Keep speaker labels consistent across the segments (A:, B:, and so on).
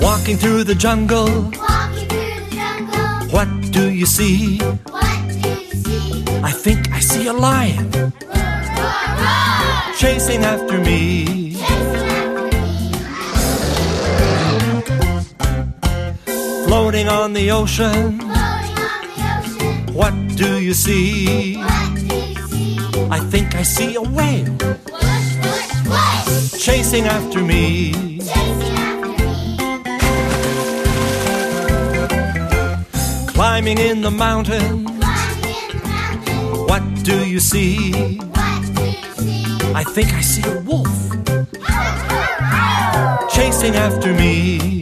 A: Walking through the jungle,
B: Walking through the jungle,
A: what do you see?
B: what do you see?
A: I think I see a lion
B: Roar, roar!
A: chasing after me.
B: Chasing after me.
A: Floating on the ocean,
B: Floating on the ocean,
A: what do you see?
B: what do you see?
A: I think I see a whale
B: Whoosh, whoosh, whoosh!
A: chasing after me.
B: Chasing after me.
A: Climbing in the mountain,
B: Climbing in the mountain,
A: what do you see?
B: what do you see?
A: I think I see a wolf
B: Roar, roar, roar!
A: chasing after me.
B: Chasing after me.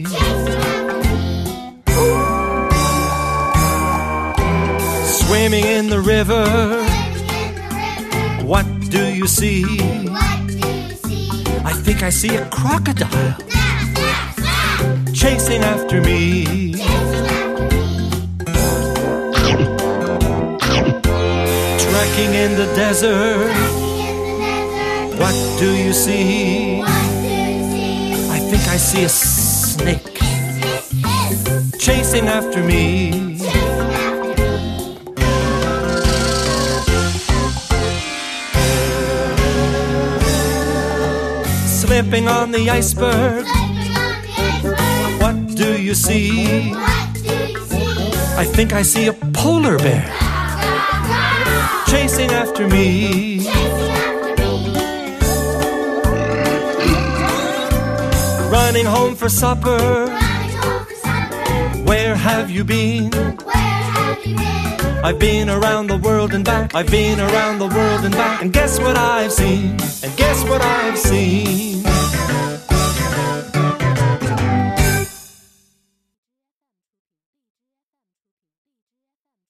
A: Swimming in the river,
B: Living in the river,
A: what do you see?
B: what do you see?
A: I think I see a crocodile
B: Snap, snap, snap!
A: chasing after me.
B: Chasing after me.
A: Trekking in the desert,
B: Walking in the desert,
A: what do you see?
B: what do you see?
A: I think I see a snake
B: Hiss, hiss, hiss!
A: chasing after me.
B: Chasing after me.
A: Slipping on the iceberg,
B: Climbing on the iceberg,
A: what do you see?
B: what do you see?
A: I think I see a polar bear chasing after me.
B: Chasing after me.
A: Running home for supper,
B: Running home for supper,
A: where have you been?
B: where have you been?
A: I've been around the world and back. I've been around the world and back. And guess what I've seen? And guess what I've seen?